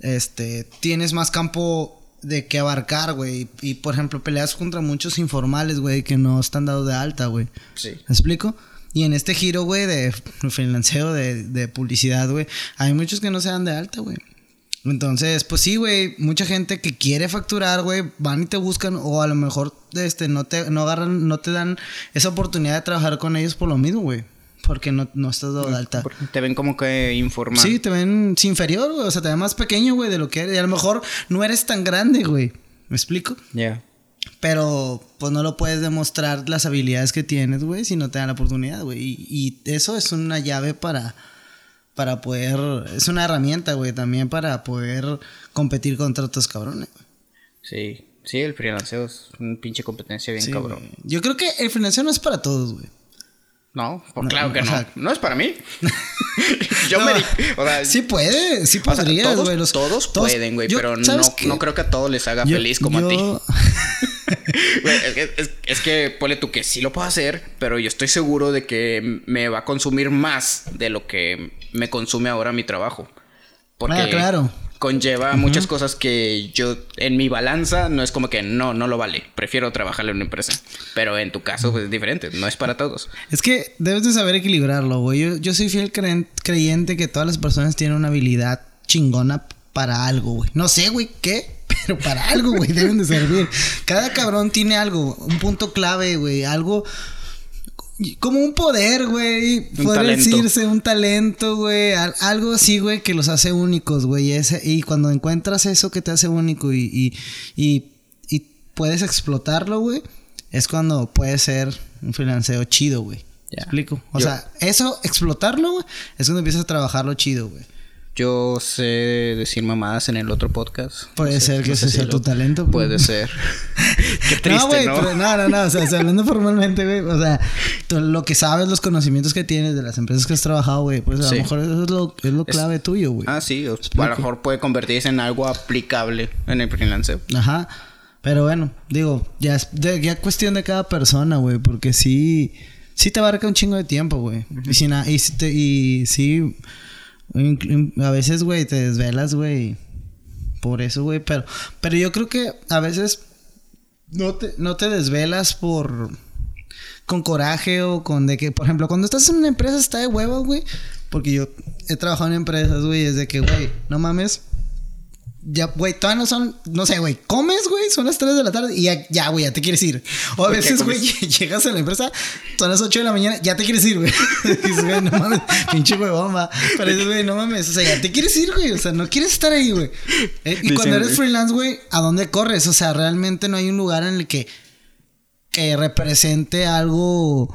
Speaker 1: este, tienes más campo de que abarcar, güey. Y, y, por ejemplo, peleas contra muchos informales, güey, que no están dados de alta, güey.
Speaker 2: Sí.
Speaker 1: ¿Me explico? Y en este giro, güey, de freelanceo, de, de publicidad, güey, hay muchos que no se dan de alta, güey. Entonces, pues sí, güey, mucha gente que quiere facturar, güey, van y te buscan o a lo mejor este no te no agarran, no te dan esa oportunidad de trabajar con ellos por lo mismo, güey, porque no, no estás dado de alta.
Speaker 2: Porque Te ven como que informal.
Speaker 1: Sí, te ven sin inferior, güey, o sea, te ven más pequeño, güey, de lo que eres. Y a lo mejor no eres tan grande, güey. ¿Me explico?
Speaker 2: Ya.
Speaker 1: Pero pues no lo puedes demostrar las habilidades que tienes, güey, si no te dan la oportunidad, güey. Y, y eso es una llave para, para poder, es una herramienta, güey, también para poder competir contra otros cabrones. güey.
Speaker 2: Sí. Sí, el freelanceo es una pinche competencia bien
Speaker 1: Sí,
Speaker 2: cabrón.
Speaker 1: güey. Yo creo que el financiero no es para todos, güey.
Speaker 2: No, pues
Speaker 1: No,
Speaker 2: claro que
Speaker 1: o
Speaker 2: no.
Speaker 1: sea-
Speaker 2: no es
Speaker 1: *laughs*
Speaker 2: para mí. Yo me di... O sea,
Speaker 1: Sí puede, sí
Speaker 2: o sea,
Speaker 1: podrías,
Speaker 2: todos,
Speaker 1: güey. los-
Speaker 2: todos pueden, güey,
Speaker 1: yo-
Speaker 2: pero no,
Speaker 1: ¿sabes qué?
Speaker 2: no creo que a todos les haga
Speaker 1: Yo-
Speaker 2: feliz como a ti.
Speaker 1: yo-
Speaker 2: *laughs* Güey, es, que- es- es que ponle tú que sí lo puedo hacer, pero yo estoy seguro de que me va a consumir más de lo que me consume ahora mi trabajo. Porque
Speaker 1: Ah, claro.
Speaker 2: conlleva muchas cosas que yo en mi balanza no es como que no, no lo vale. Prefiero trabajar en una empresa. Pero en tu caso pues, es diferente, no es para todos.
Speaker 1: Es que debes de saber equilibrarlo, güey. Yo, yo soy fiel creen- creyente que todas las personas tienen una habilidad chingona para algo, güey. No sé, güey, qué, *laughs* pero para algo, güey, deben de servir. Cada cabrón tiene algo, un punto clave, güey, algo como un poder, güey,
Speaker 2: Un
Speaker 1: poder
Speaker 2: talento.
Speaker 1: decirse un talento, güey, al- algo así, güey, que los hace únicos, güey. Y ese- Y cuando encuentras eso que te hace único y, y, y, y puedes explotarlo, güey, es cuando puede ser un freelanceo chido, güey. ¿Me
Speaker 2: Ya.
Speaker 1: explico? O
Speaker 2: Yo-
Speaker 1: sea, eso, explotarlo, güey, es cuando empiezas a trabajarlo chido, güey.
Speaker 2: Yo sé decir mamadas en el otro podcast.
Speaker 1: Puede
Speaker 2: No sé-
Speaker 1: ser que
Speaker 2: no
Speaker 1: ese
Speaker 2: sé si
Speaker 1: sea
Speaker 2: lo-
Speaker 1: tu talento.
Speaker 2: Puede ser. Qué triste,
Speaker 1: no, güey,
Speaker 2: ¿no?
Speaker 1: pero no, no, no, o sea, o sea, hablando formalmente, güey, o sea, tú lo que sabes, los conocimientos que tienes de las empresas que has trabajado, güey, pues a
Speaker 2: Sí.
Speaker 1: lo mejor eso es lo, es lo
Speaker 2: Es-
Speaker 1: clave tuyo, güey.
Speaker 2: Ah, sí. o- A lo mejor puede convertirse en algo aplicable en el freelance.
Speaker 1: Ajá. Pero bueno, digo, ya es de- ya cuestión de cada persona, güey, porque sí, sí te abarca un chingo de tiempo, güey. Y si na- y, si te- y sí, in- in- a veces, güey, te desvelas, güey, por eso, güey, pero, pero yo creo que a veces no te, no te desvelas por, con coraje o con de que, por ejemplo, cuando estás en una empresa está de huevo, güey, porque yo he trabajado en empresas, güey, es de que, güey, no mames. Ya, güey, todavía no son, no sé, güey, comes, güey, son las 3 de la tarde y ya, ya, güey, ya te quieres ir. O a
Speaker 2: Güey, ya
Speaker 1: veces, güey, *laughs* llegas a la empresa, son las 8 de la mañana, ya te quieres ir, güey. *laughs* Dices, güey, no mames, pinche güey, bomba. Pero dices, güey, no mames, o sea, ya te quieres ir, güey, o sea, no quieres estar ahí, güey. Eh, y
Speaker 2: Dicen,
Speaker 1: cuando eres
Speaker 2: güey.
Speaker 1: freelance, güey, ¿a dónde corres? O sea, realmente no hay un lugar en el que, que represente algo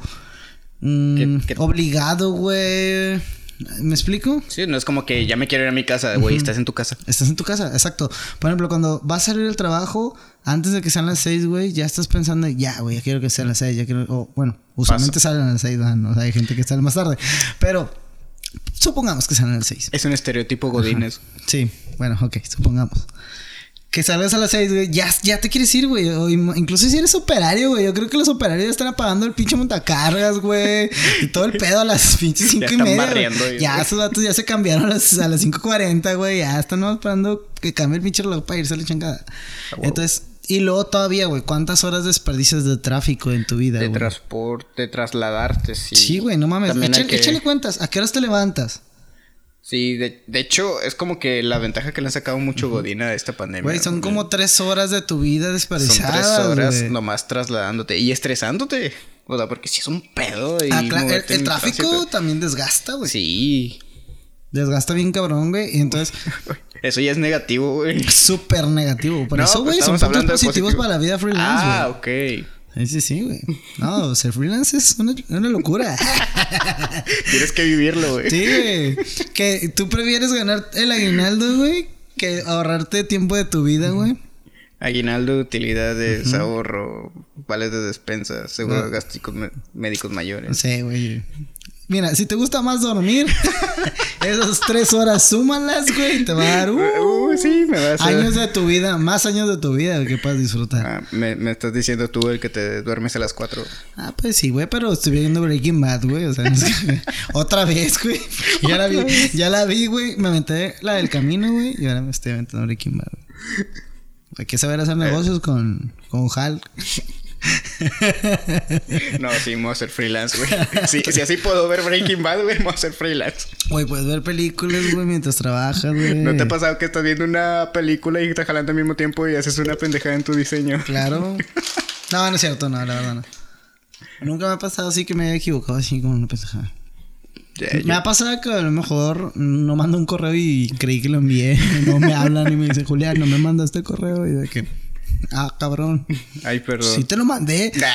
Speaker 1: mm,
Speaker 2: Que- que-
Speaker 1: obligado, güey. ¿Me explico?
Speaker 2: Sí, no es como que ya me quiero ir a mi casa, güey. Estás en tu casa.
Speaker 1: Estás en tu casa, exacto. Por ejemplo, cuando vas a salir del trabajo, antes de que sean las seis, güey, ya estás pensando, ya, güey, ya quiero que sean las seis, ya quiero. O, bueno, usualmente salen a las seis, ¿verdad? o sea, hay gente que sale más tarde. Pero supongamos que salen a las seis.
Speaker 2: Es un estereotipo godines.
Speaker 1: Sí, bueno, ok, supongamos. Que salgas a las 6, güey. Ya, ya te quieres ir, güey. O im- incluso si eres operario, güey. Yo creo que los operarios ya están apagando el pinche montacargas, güey. Y todo
Speaker 2: *laughs*
Speaker 1: el pedo a las pinches 5 y
Speaker 2: están
Speaker 1: media. güey.
Speaker 2: barriendo ahí,
Speaker 1: Ya
Speaker 2: güey.
Speaker 1: esos datos ya se cambiaron a las, a las 5.40, güey. Ya están nomás esperando que cambie el pinche reloj para irse a la chingada.
Speaker 2: Ah, huevo.
Speaker 1: Entonces, y luego todavía, güey. ¿Cuántas horas desperdicias de tráfico en tu vida,
Speaker 2: De
Speaker 1: güey?
Speaker 2: transporte, trasladarte, sí.
Speaker 1: Sí, güey, no mames.
Speaker 2: También hay
Speaker 1: Échale,
Speaker 2: que-
Speaker 1: échale cuentas. ¿A qué horas te levantas?
Speaker 2: Sí, de, de hecho, es como que la ventaja que le han sacado mucho Godina de esta pandemia.
Speaker 1: Güey, son como tres horas de tu vida
Speaker 2: Son
Speaker 1: desperdiciadas.
Speaker 2: tres horas
Speaker 1: güey.
Speaker 2: nomás trasladándote y estresándote. O sea, porque si es un pedo y
Speaker 1: Ah, claro, el,
Speaker 2: moverte
Speaker 1: el
Speaker 2: en
Speaker 1: tráfico
Speaker 2: tránsito.
Speaker 1: también desgasta, güey. *laughs*
Speaker 2: Sí.
Speaker 1: Desgasta bien cabrón, güey. Y entonces, *laughs*
Speaker 2: Eso ya es negativo, güey.
Speaker 1: súper negativo. Por
Speaker 2: No,
Speaker 1: eso,
Speaker 2: pues
Speaker 1: güey, son
Speaker 2: estamos
Speaker 1: puntos
Speaker 2: hablando de
Speaker 1: positivos
Speaker 2: positivo.
Speaker 1: para la vida freelance, güey.
Speaker 2: Ah, ok.
Speaker 1: Sí, sí, sí, güey. No, ser freelance es una, una
Speaker 2: *laughs*
Speaker 1: locura.
Speaker 2: Tienes que vivirlo, güey.
Speaker 1: Sí, güey. Que tú prefieres ganar el aguinaldo, güey, que ahorrarte tiempo de tu vida, güey.
Speaker 2: Aguinaldo, utilidades, ahorro, vales de despensa,
Speaker 1: Ah.
Speaker 2: seguros gástricos me- médicos
Speaker 1: No
Speaker 2: mayores.
Speaker 1: sé, güey. Mira, si te gusta más dormir, *laughs* esas tres horas súmalas, güey, te va a dar uh,
Speaker 2: Uh, *laughs* sí, me vas a
Speaker 1: años de tu vida, más años de tu vida que puedas disfrutar.
Speaker 2: Ah, me, me estás diciendo tú el que te duermes a las 4.
Speaker 1: Ah, pues sí, güey, pero estoy viendo Breaking Bad, güey. O sea, no es que- otra vez, güey. Ya la vi, ya la vi, güey. Me aventé la del camino, güey. Y ahora me estoy aventando Breaking Bad, güey. Hay que saber hacer negocios con, con Hal.
Speaker 2: No, sí, me voy a hacer freelance, güey.
Speaker 1: *laughs*
Speaker 2: Sí, si así puedo ver Breaking Bad, güey, me voy a hacer freelance.
Speaker 1: Güey, puedes ver películas, güey, mientras trabajas, güey.
Speaker 2: ¿No te ha pasado que estás viendo una película y estás jalando al mismo tiempo y haces una pendejada en tu diseño?
Speaker 1: Claro. No, no es cierto, no, la verdad no. Nunca me ha pasado así que me haya equivocado así como una pendejada.
Speaker 2: Ya,
Speaker 1: Me
Speaker 2: Eh, yo-
Speaker 1: ha pasado que a lo mejor no mando un correo y creí que lo envié. *laughs* No me hablan y me dicen, Julián, no me mandaste el correo. Y de que, ah, cabrón.
Speaker 2: Ay, perdón.
Speaker 1: Sí te lo mandé. *laughs*
Speaker 2: Nah.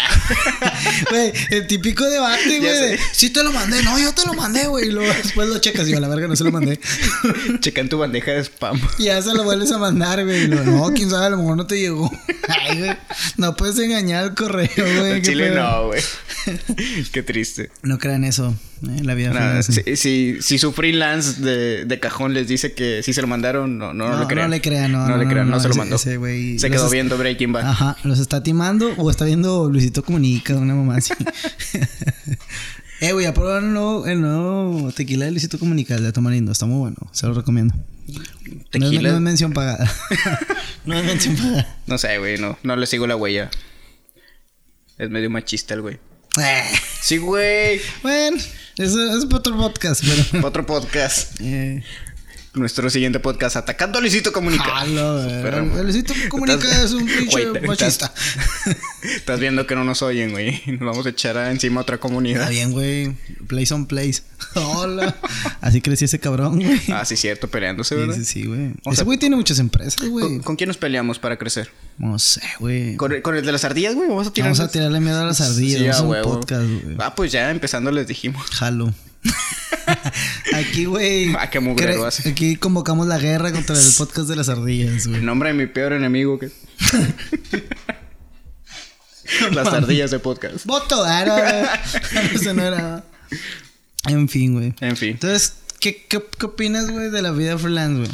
Speaker 1: Güey, el típico debate,
Speaker 2: Ya
Speaker 1: güey.
Speaker 2: sé.
Speaker 1: de, Sí te lo mandé. No, yo te lo mandé, güey. Y luego después lo checas. Y yo, a la verga, no se lo mandé.
Speaker 2: *laughs* Checa en tu bandeja de spam.
Speaker 1: Y ya se lo vuelves a mandar, güey. Y luego, no, quién sabe, a lo mejor no te llegó. *laughs* Ay, güey. No puedes engañar al correo, güey.
Speaker 2: En
Speaker 1: qué
Speaker 2: Chile
Speaker 1: pedo.
Speaker 2: no, güey. *laughs* Qué triste.
Speaker 1: No crean eso. eh, la vida
Speaker 2: Nada,
Speaker 1: freelance.
Speaker 2: si, si, si su freelance de, de cajón les dice que sí se lo mandaron, no, no,
Speaker 1: No,
Speaker 2: lo crean.
Speaker 1: no le crean, no,
Speaker 2: No,
Speaker 1: no,
Speaker 2: le
Speaker 1: no,
Speaker 2: crean, no,
Speaker 1: no,
Speaker 2: se lo
Speaker 1: ese-
Speaker 2: mandó.
Speaker 1: ese güey-
Speaker 2: se
Speaker 1: los
Speaker 2: quedó
Speaker 1: es- Ah,
Speaker 2: viendo Breaking Bad.
Speaker 1: Ajá, los está timando o está viendo Luisito Comunica, una mamá así. *laughs* eh, güey, ya probaron el nuevo, el nuevo tequila de Luisito Comunica, el de Tamarindo. Está muy bueno, se lo recomiendo. No es,
Speaker 2: Tequila.
Speaker 1: no es mención pagada. *laughs* no es mención pagada.
Speaker 2: No sé, güey, no, no le sigo la huella. Es medio machista el güey. *laughs*
Speaker 1: Eh,
Speaker 2: Sí, güey.
Speaker 1: bueno, eso es para otro podcast, pero.
Speaker 2: Otro podcast.
Speaker 1: Eh,
Speaker 2: Nuestro siguiente podcast, Atacando a Luisito
Speaker 1: *laughs*
Speaker 2: Comunica. *laughs*
Speaker 1: jalo, güey.
Speaker 2: Pero-
Speaker 1: Luisito Comunica
Speaker 2: Estás-
Speaker 1: es un
Speaker 2: *laughs* Güey,
Speaker 1: pinche
Speaker 2: estás-
Speaker 1: machista.
Speaker 2: *laughs* Estás viendo que no nos oyen, güey. Nos vamos a echar a- encima a otra
Speaker 1: Está
Speaker 2: comunidad.
Speaker 1: bien, güey. Place on place. *laughs* Hola. Así creció ese cabrón, güey.
Speaker 2: Ah, sí, cierto, peleándose,
Speaker 1: Sí,
Speaker 2: ¿verdad?
Speaker 1: sí, sí, güey.
Speaker 2: O
Speaker 1: Ese
Speaker 2: sea-
Speaker 1: güey tiene muchas empresas, güey.
Speaker 2: ¿Con, con quién nos peleamos para crecer?
Speaker 1: No sé, güey.
Speaker 2: ¿Con, el- con el de las ardillas, güey? ¿Vamos a tirar
Speaker 1: Vamos a tirarle miedo a las ardillas. vamos
Speaker 2: Sí, a
Speaker 1: a un
Speaker 2: huevo.
Speaker 1: podcast, güey. *laughs*
Speaker 2: *laughs* Ah, pues ya empezando les dijimos.
Speaker 1: Jalo. Aquí, güey.
Speaker 2: Ah, qué mugrero
Speaker 1: cre-
Speaker 2: hace.
Speaker 1: Aquí convocamos la guerra contra el podcast de las ardillas, güey.
Speaker 2: *laughs* El nombre de mi peor
Speaker 1: *laughs*
Speaker 2: enemigo que. Las ardillas de podcast.
Speaker 1: ¡Voto! Ah, no, no, eso no era. En fin, güey.
Speaker 2: En fin.
Speaker 1: Entonces, ¿qué, qué, qué opinas, güey, de la vida freelance, güey?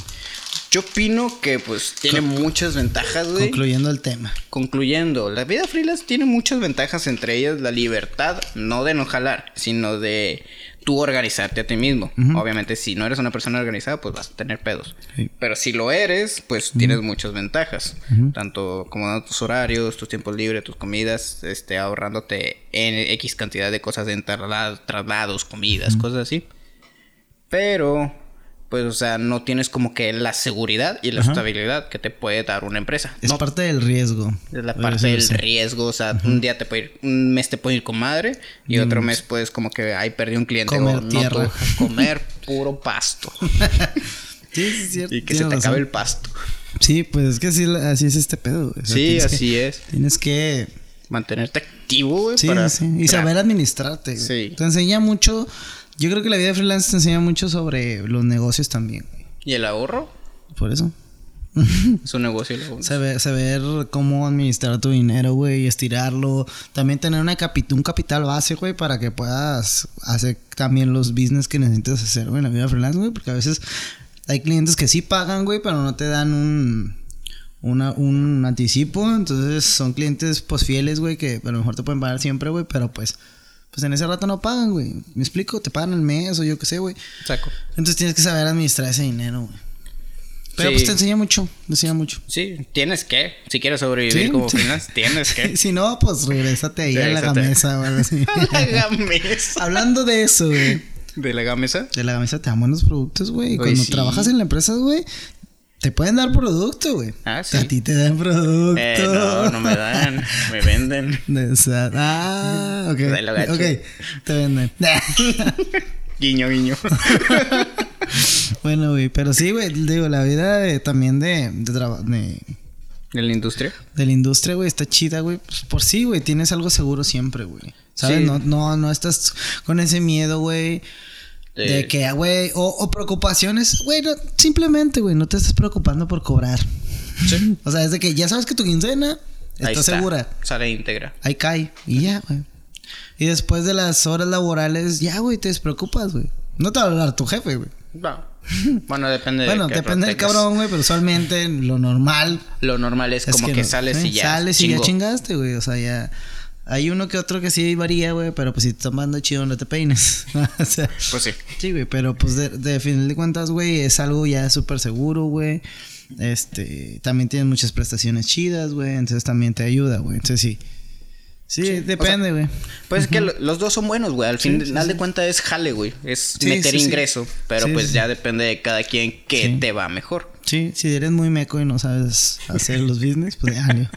Speaker 2: Yo opino que pues tiene muchas ventajas, güey.
Speaker 1: Concluyendo el tema.
Speaker 2: Concluyendo, la vida freelance tiene muchas ventajas, entre ellas la libertad, no de no jalar, sino de tú organizarte a ti mismo. Obviamente, si no eres una persona organizada, pues vas a tener pedos.
Speaker 1: Sí.
Speaker 2: Pero si lo eres, pues tienes muchas ventajas. Tanto acomodando tus horarios, tus tiempos libres, tus comidas, este, ahorrándote en X cantidad de cosas en tarla- traslados, comidas, cosas así. Pero, pues, o sea, no tienes como que la seguridad y la estabilidad que te puede dar una empresa.
Speaker 1: Es
Speaker 2: No
Speaker 1: parte del riesgo.
Speaker 2: es la
Speaker 1: Podría
Speaker 2: parte del
Speaker 1: decirse.
Speaker 2: riesgo, o sea, un día te puede ir, un mes te puede ir con madre y otro mes pues como que ahí perdí un cliente
Speaker 1: Mm. Comer
Speaker 2: o no
Speaker 1: tierra.
Speaker 2: tuve- comer puro pasto
Speaker 1: *laughs* Sí, sí, es cierto.
Speaker 2: y que se te
Speaker 1: tienes
Speaker 2: acabe
Speaker 1: razón.
Speaker 2: el pasto.
Speaker 1: Sí, pues es que así, así es este pedo, güey. O sea,
Speaker 2: Sí,
Speaker 1: tienes que-
Speaker 2: así es.
Speaker 1: Tienes que
Speaker 2: Mantenerte activo, güey,
Speaker 1: Sí,
Speaker 2: para-
Speaker 1: sí, Y
Speaker 2: para-
Speaker 1: saber administrarte. güey.
Speaker 2: Sí.
Speaker 1: Te enseña mucho. Yo creo que la vida de freelance te enseña mucho sobre los negocios también. güey.
Speaker 2: y el ahorro
Speaker 1: Por eso.
Speaker 2: es un negocio. el ahorro.
Speaker 1: Saber, saber cómo administrar tu dinero, güey, y estirarlo. También tener una capi- un capital base, güey, para que puedas hacer también los business que necesitas hacer, güey, en la vida freelance, güey. Porque a veces hay clientes que sí pagan, güey, pero no te dan un, una- un anticipo. Entonces son clientes, pues, fieles, güey, que a lo mejor te pueden pagar siempre, güey, pero pues... Pues en ese rato no pagan, güey. ¿Me explico? Te pagan el mes o yo qué sé, güey.
Speaker 2: Saco.
Speaker 1: Entonces tienes que saber administrar ese dinero, güey. Pero
Speaker 2: Sí.
Speaker 1: pues te enseña mucho, te enseña mucho.
Speaker 2: Sí, tienes que, si quieres sobrevivir
Speaker 1: Sí,
Speaker 2: como
Speaker 1: *laughs* sí.
Speaker 2: freelance, tienes que.
Speaker 1: Si no, pues regrésate ahí a la
Speaker 2: Regrésate.
Speaker 1: gamesa o algo así.
Speaker 2: *laughs*
Speaker 1: *laughs*
Speaker 2: A la gamesa.
Speaker 1: Hablando de eso, güey.
Speaker 2: ¿De la gamesa?
Speaker 1: De la gamesa te dan buenos productos, güey. Y
Speaker 2: Oye,
Speaker 1: Cuando
Speaker 2: sí.
Speaker 1: trabajas en la empresa, güey, te pueden dar producto, güey.
Speaker 2: Ah, sí.
Speaker 1: A ti te dan producto.
Speaker 2: Eh, no, no me dan, me venden.
Speaker 1: *laughs* De esa- Ah, ok.
Speaker 2: De lo gacho.
Speaker 1: Ok, te venden. *laughs*
Speaker 2: Guiño, guiño. *laughs*
Speaker 1: bueno, güey, pero sí, güey, digo, la vida de- también de, de, traba- de,
Speaker 2: ¿De la industria?
Speaker 1: de la industria, güey, está chida, güey. Pues por sí, güey, tienes algo seguro siempre, güey. ¿Sabes?
Speaker 2: Sí.
Speaker 1: No, no, no estás con ese miedo, güey.
Speaker 2: De-
Speaker 1: De que, ah, güey, o, o preocupaciones, güey, no, simplemente, güey, no te estás preocupando por cobrar.
Speaker 2: Sí.
Speaker 1: O sea, es de que ya sabes que tu quincena está,
Speaker 2: Ahí
Speaker 1: segura.
Speaker 2: Sale íntegra.
Speaker 1: Ahí cae. Y ya, güey. Y después de las horas laborales, ya, güey, te despreocupas, güey. No te va a hablar tu jefe, güey.
Speaker 2: No. Bueno, depende
Speaker 1: Bueno,
Speaker 2: de qué
Speaker 1: depende del
Speaker 2: tengas.
Speaker 1: cabrón, güey, pero usualmente lo normal
Speaker 2: Lo normal es, como que,
Speaker 1: no,
Speaker 2: sales
Speaker 1: ¿sí?
Speaker 2: y ya.
Speaker 1: Sales y ya
Speaker 2: chingó.
Speaker 1: chingaste, güey. O sea, ya. Hay uno que otro que sí varía, güey, pero pues si te están dando chido, no te peines. *laughs* o sea,
Speaker 2: Pues sí.
Speaker 1: sí, güey, pero pues de, de final de cuentas, güey, es algo ya súper seguro, güey. Este, también tienes muchas prestaciones chidas, güey, entonces también te ayuda, güey. Entonces sí. Sí, depende, güey.
Speaker 2: Pues es que lo- los dos son buenos, güey. Al final de cuentas es jale, güey. Es
Speaker 1: Sí,
Speaker 2: meter
Speaker 1: sí, sí.
Speaker 2: ingreso. Pero
Speaker 1: Sí,
Speaker 2: pues
Speaker 1: sí,
Speaker 2: ya depende de cada quien que
Speaker 1: Sí.
Speaker 2: te va mejor.
Speaker 1: Sí, si eres muy meco y no sabes hacer los business, pues ya,
Speaker 2: *laughs*
Speaker 1: güey.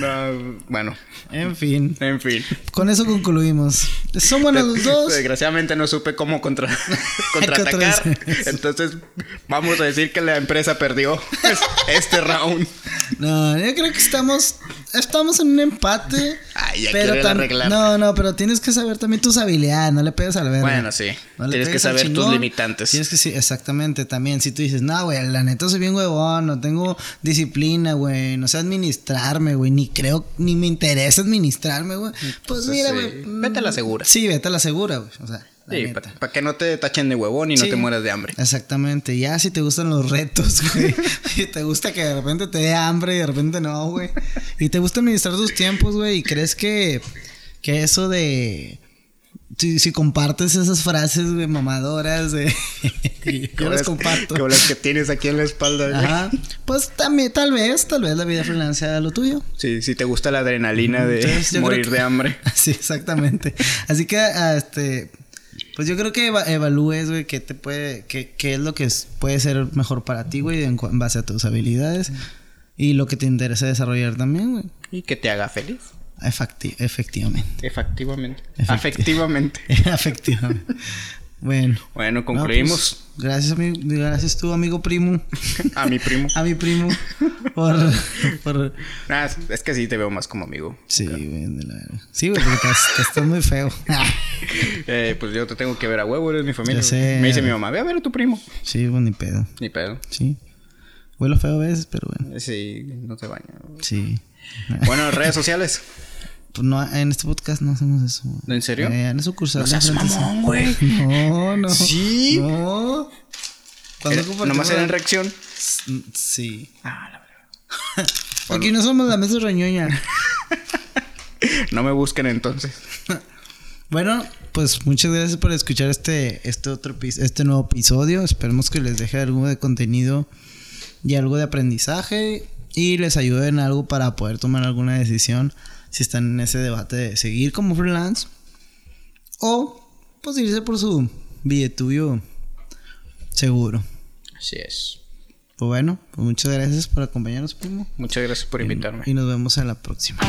Speaker 2: No, bueno,
Speaker 1: En fin.
Speaker 2: en fin.
Speaker 1: Con eso concluimos. Son buenos los dos.
Speaker 2: Desgraciadamente no supe
Speaker 1: *laughs*
Speaker 2: cómo contra- contraatacar.
Speaker 1: Contradecir.
Speaker 2: Entonces, vamos a decir que la empresa perdió *laughs* este round.
Speaker 1: No, yo creo que estamos estamos en un empate.
Speaker 2: Ay, ya
Speaker 1: pero
Speaker 2: quieren
Speaker 1: tam-
Speaker 2: arreglar.
Speaker 1: No, no, pero tienes que saber también tus habilidades, no le pegas al verga.
Speaker 2: Bueno, sí.
Speaker 1: No le
Speaker 2: Tienes que
Speaker 1: pegues al
Speaker 2: saber tus
Speaker 1: chingón.
Speaker 2: limitantes.
Speaker 1: Tienes que sí, exactamente también. Si tú dices, no, güey, la neta soy bien huevón, no tengo disciplina, güey, no sé administrarme, güey, ni creo, ni me interesa administrarme, güey. Pues
Speaker 2: Entonces,
Speaker 1: mira,
Speaker 2: Mm, sí.
Speaker 1: güey. mm,
Speaker 2: Vete a la segura.
Speaker 1: Sí, vete a la segura, güey. O sea, la neta.
Speaker 2: para que no te tachen de huevón y no
Speaker 1: Sí.
Speaker 2: te mueras de hambre.
Speaker 1: Exactamente, ya si te gustan los retos, *laughs* güey. Si te gusta que de repente te dé hambre y de repente no, güey. Y te gusta administrar tus tiempos, güey. Y crees que, que eso de. Si, si compartes esas frases, güey, mamadoras, de. *laughs* *laughs* yo las comparto.
Speaker 2: Como las que tienes aquí en la espalda. güey.
Speaker 1: Ajá. Pues también, tal vez, tal vez la vida freelance sea lo tuyo.
Speaker 2: Sí, sí te gusta la adrenalina de
Speaker 1: Entonces, yo creo
Speaker 2: morir
Speaker 1: que-
Speaker 2: de hambre.
Speaker 1: *laughs* Sí, exactamente. Así que, ah, este, pues yo creo que eva- evalúes, güey, qué te puede, qué, qué es lo que es- puede ser mejor para ti, güey, en, cu- en base a tus habilidades y lo que te interesa desarrollar también, güey.
Speaker 2: Y que te haga feliz.
Speaker 1: Efecti- efectivamente. *laughs*
Speaker 2: Efectivamente.
Speaker 1: Efecti-
Speaker 2: Afectivamente.
Speaker 1: efectivamente. Bueno. pues,
Speaker 2: Bueno, concluimos.
Speaker 1: Gracias, amigo, gracias tú, amigo primo.
Speaker 2: A mi primo.
Speaker 1: A mi primo. Por. por...
Speaker 2: Ah, es- es que sí te veo más
Speaker 1: *laughs*
Speaker 2: como amigo.
Speaker 1: Sí, güey, de la verga. Sí, güey, porque estás, estás muy feo. *laughs*
Speaker 2: Eh, pues yo te tengo que ver a huevo, eres mi familia.
Speaker 1: Ya sé.
Speaker 2: Me dice mi mamá, ve a ver a tu primo.
Speaker 1: Sí, pues ni pedo.
Speaker 2: Ni pedo.
Speaker 1: Sí. Huelo feo a veces, pero bueno.
Speaker 2: Sí, no te baña.
Speaker 1: Sí.
Speaker 2: Bueno, redes sociales.
Speaker 1: Pues no, en este podcast no hacemos eso. güey.
Speaker 2: ¿En serio?
Speaker 1: Eh, en eso cursar.
Speaker 2: No seas mamón, güey.
Speaker 1: *laughs* No, no.
Speaker 2: Sí.
Speaker 1: No.
Speaker 2: Era-
Speaker 1: ¿Cuándo compartimos
Speaker 2: Nomás era en
Speaker 1: la-
Speaker 2: reacción.
Speaker 1: S- Mm, Sí.
Speaker 2: Ah, la verdad.
Speaker 1: *laughs* Aquí no somos la mesa reñoña.
Speaker 2: No me busquen entonces.
Speaker 1: bueno, pues muchas gracias por escuchar este, este otro epi- este nuevo episodio. Esperemos que les deje algo de contenido y algo de aprendizaje. Y les ayude en algo para poder tomar alguna decisión. Si están en ese debate de seguir como freelance. O pues irse por su billetuyo seguro.
Speaker 2: Así es.
Speaker 1: Pues bueno, pues muchas gracias por acompañarnos, primo.
Speaker 2: Muchas gracias por invitarme.
Speaker 1: Y nos vemos a la próxima.